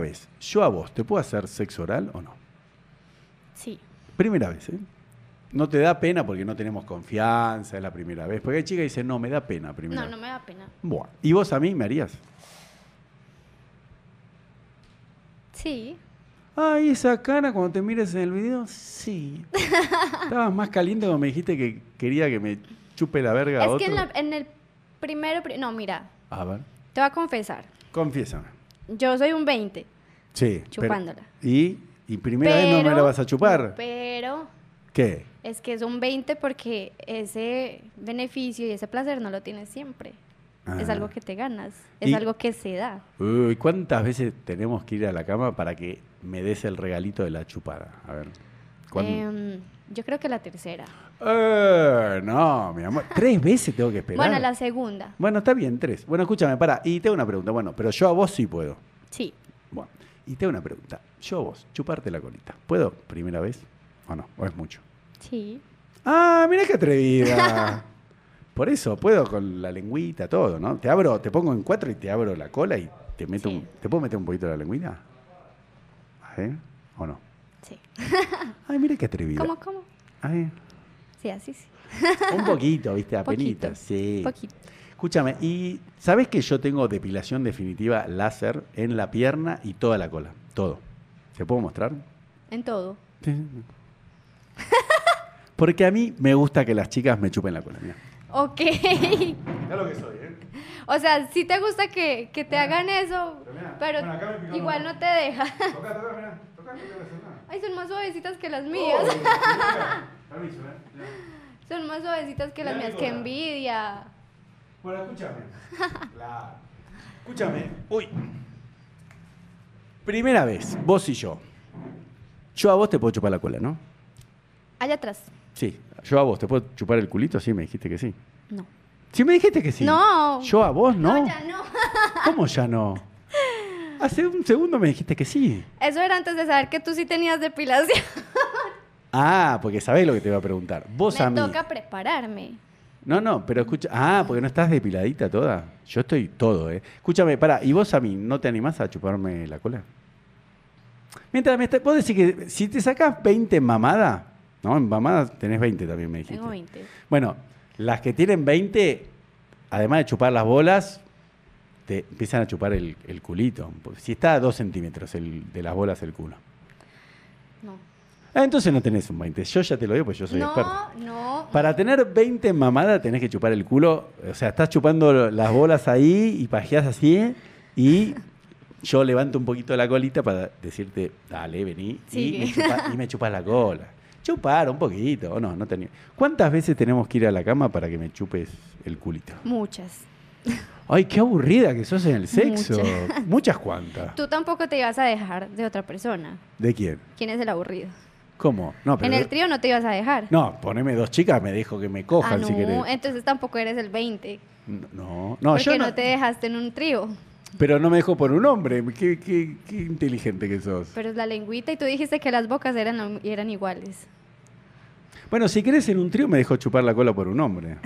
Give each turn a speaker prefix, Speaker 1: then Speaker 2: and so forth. Speaker 1: vez, yo a vos, ¿te puedo hacer sexo oral o no?
Speaker 2: Sí.
Speaker 1: Primera vez, ¿eh? No te da pena porque no tenemos confianza, es la primera vez. Porque hay chicas que dicen, no, me da pena primero.
Speaker 2: No, no me da pena.
Speaker 1: Bueno, ¿y vos a mí me harías?
Speaker 2: Sí.
Speaker 1: Ay, esa cara cuando te mires en el video, sí. Estabas más caliente cuando me dijiste que quería que me chupe la verga a
Speaker 2: es
Speaker 1: otro.
Speaker 2: que en, la- en el primero... pri- no, mira,
Speaker 1: A ver,
Speaker 2: te voy a confesar.
Speaker 1: confiésame.
Speaker 2: Yo soy un 20.
Speaker 1: Sí. pero-
Speaker 2: Chupándola.
Speaker 1: y, y primera vez no me la
Speaker 2: pero-
Speaker 1: vas a chupar.
Speaker 2: Pero
Speaker 1: ¿Qué?
Speaker 2: es que es un 20 porque ese beneficio y ese placer no lo tienes siempre. Es
Speaker 1: Ah.
Speaker 2: algo que te ganas. Es
Speaker 1: Y-
Speaker 2: algo que se da.
Speaker 1: Uy, ¿cuántas veces tenemos que ir a la cama para que me des el regalito de la chupada? A ver. ¿cuán-
Speaker 2: Em, yo creo que la tercera.
Speaker 1: Eh, no, mi amor. Tres veces tengo que esperar.
Speaker 2: Bueno, la segunda.
Speaker 1: Bueno, está bien, tres. Bueno, escúchame, para. Y tengo una pregunta. Bueno, pero yo a vos sí puedo.
Speaker 2: Sí.
Speaker 1: Bueno, y tengo una pregunta. Yo a vos, chuparte la colita. ¿Puedo primera vez o no? ¿O es mucho?
Speaker 2: Sí.
Speaker 1: Ah, mira qué atrevida. Por eso, puedo con la lengüita, todo, ¿no? Te abro, te pongo en cuatro y te abro la cola y te meto
Speaker 2: Sí.
Speaker 1: un- ¿Te puedo meter un poquito de la lengüita? A ver, ¿o no?
Speaker 2: Sí.
Speaker 1: Ay, mira qué atrevida.
Speaker 2: ¿Cómo, cómo?
Speaker 1: Ay,
Speaker 2: Sí, así sí.
Speaker 1: un poquito, viste,
Speaker 2: Poquito,
Speaker 1: apenita. Sí.
Speaker 2: Poquito.
Speaker 1: Escúchame, ¿y sabes que yo tengo depilación definitiva láser en la pierna y toda la cola? Todo. ¿Te puedo mostrar?
Speaker 2: En todo.
Speaker 1: Porque a mí me gusta que las chicas me chupen la cola. Mira.
Speaker 2: Ok.
Speaker 1: lo que soy, ¿eh?
Speaker 2: o sea, sí te gusta que, que te hagan eso,
Speaker 1: pero mira,
Speaker 2: pero
Speaker 1: bueno, acá me picó
Speaker 2: igual
Speaker 1: una-
Speaker 2: no te deja.
Speaker 1: Tocá, tocá, mirá. Tocá, tocá,
Speaker 2: Ay, son más suavecitas que las
Speaker 1: Eh,
Speaker 2: mías.
Speaker 1: Permiso, ¿eh?
Speaker 2: Son más suavecitas que las
Speaker 1: Mira,
Speaker 2: mías.
Speaker 1: mi
Speaker 2: ¡Qué
Speaker 1: cola.
Speaker 2: envidia!
Speaker 1: Bueno, escúchame. Claro. Escúchame. Uy. Primera vez, vos y yo. Yo a vos te puedo chupar la cola, ¿no?
Speaker 2: Allá atrás.
Speaker 1: Sí. Yo a vos, ¿te puedo chupar el culito? Sí, me dijiste que sí.
Speaker 2: No.
Speaker 1: Sí, me dijiste que sí.
Speaker 2: No.
Speaker 1: Yo a vos, ¿no?
Speaker 2: ya no.
Speaker 1: ¿Cómo ya no? Hace un segundo me dijiste que sí.
Speaker 2: Eso era antes de saber que tú sí tenías depilación.
Speaker 1: Ah, porque sabés lo que te iba a preguntar. Vos a
Speaker 2: Me
Speaker 1: mí.
Speaker 2: toca prepararme.
Speaker 1: No, no, pero escucha. Ah, porque no estás depiladita toda. Yo estoy todo, ¿eh? Escúchame, pará. ¿Y vos a mí no te animás a chuparme la cola? Mientras me está, vos decís que si te sacás 20 en mamada, ¿no? En mamada tenés 20 también, me dijiste.
Speaker 2: Tengo 20.
Speaker 1: Bueno, las que tienen 20, además de chupar las bolas, te empiezan a chupar el, el culito. Si está a 2 centímetros el, de las bolas el culo.
Speaker 2: No.
Speaker 1: Ah, entonces no tenés un 20. Yo ya te lo digo, pues yo soy experto.
Speaker 2: No, no.
Speaker 1: Para tener 20 en mamada tenés que chupar el culo. O sea, estás chupando lo- las bolas ahí y pajeás así. ¿eh? Y yo levanto un poquito la colita para decirte, dale, vení. Y
Speaker 2: Sigue.
Speaker 1: me, chupa- y me chupas la cola. Chupar un poquito. O no, no tenía. ¿Cuántas veces tenemos que ir a la cama para que me chupes el culito?
Speaker 2: Muchas.
Speaker 1: Ay, qué aburrida que sos en el sexo.
Speaker 2: Muchas.
Speaker 1: Muchas cuantas.
Speaker 2: Tú tampoco te ibas a dejar de otra persona.
Speaker 1: ¿De quién?
Speaker 2: ¿Quién es el aburrido?
Speaker 1: ¿Cómo? No, pero.
Speaker 2: En el trío no te ibas a dejar.
Speaker 1: no, poneme dos chicas, me dijo que me
Speaker 2: ah,
Speaker 1: cojan
Speaker 2: no,
Speaker 1: si querés.
Speaker 2: entonces tampoco eres el 20.
Speaker 1: No, no, yo
Speaker 2: porque no... te dejaste en un trío.
Speaker 1: Pero no me dejó por un hombre. Qué, qué- qué inteligente que sos.
Speaker 2: Pero es la lengüita y tú dijiste que las bocas eran, lo- eran iguales.
Speaker 1: Bueno, si querés en un trío me dejó chupar la cola por un hombre.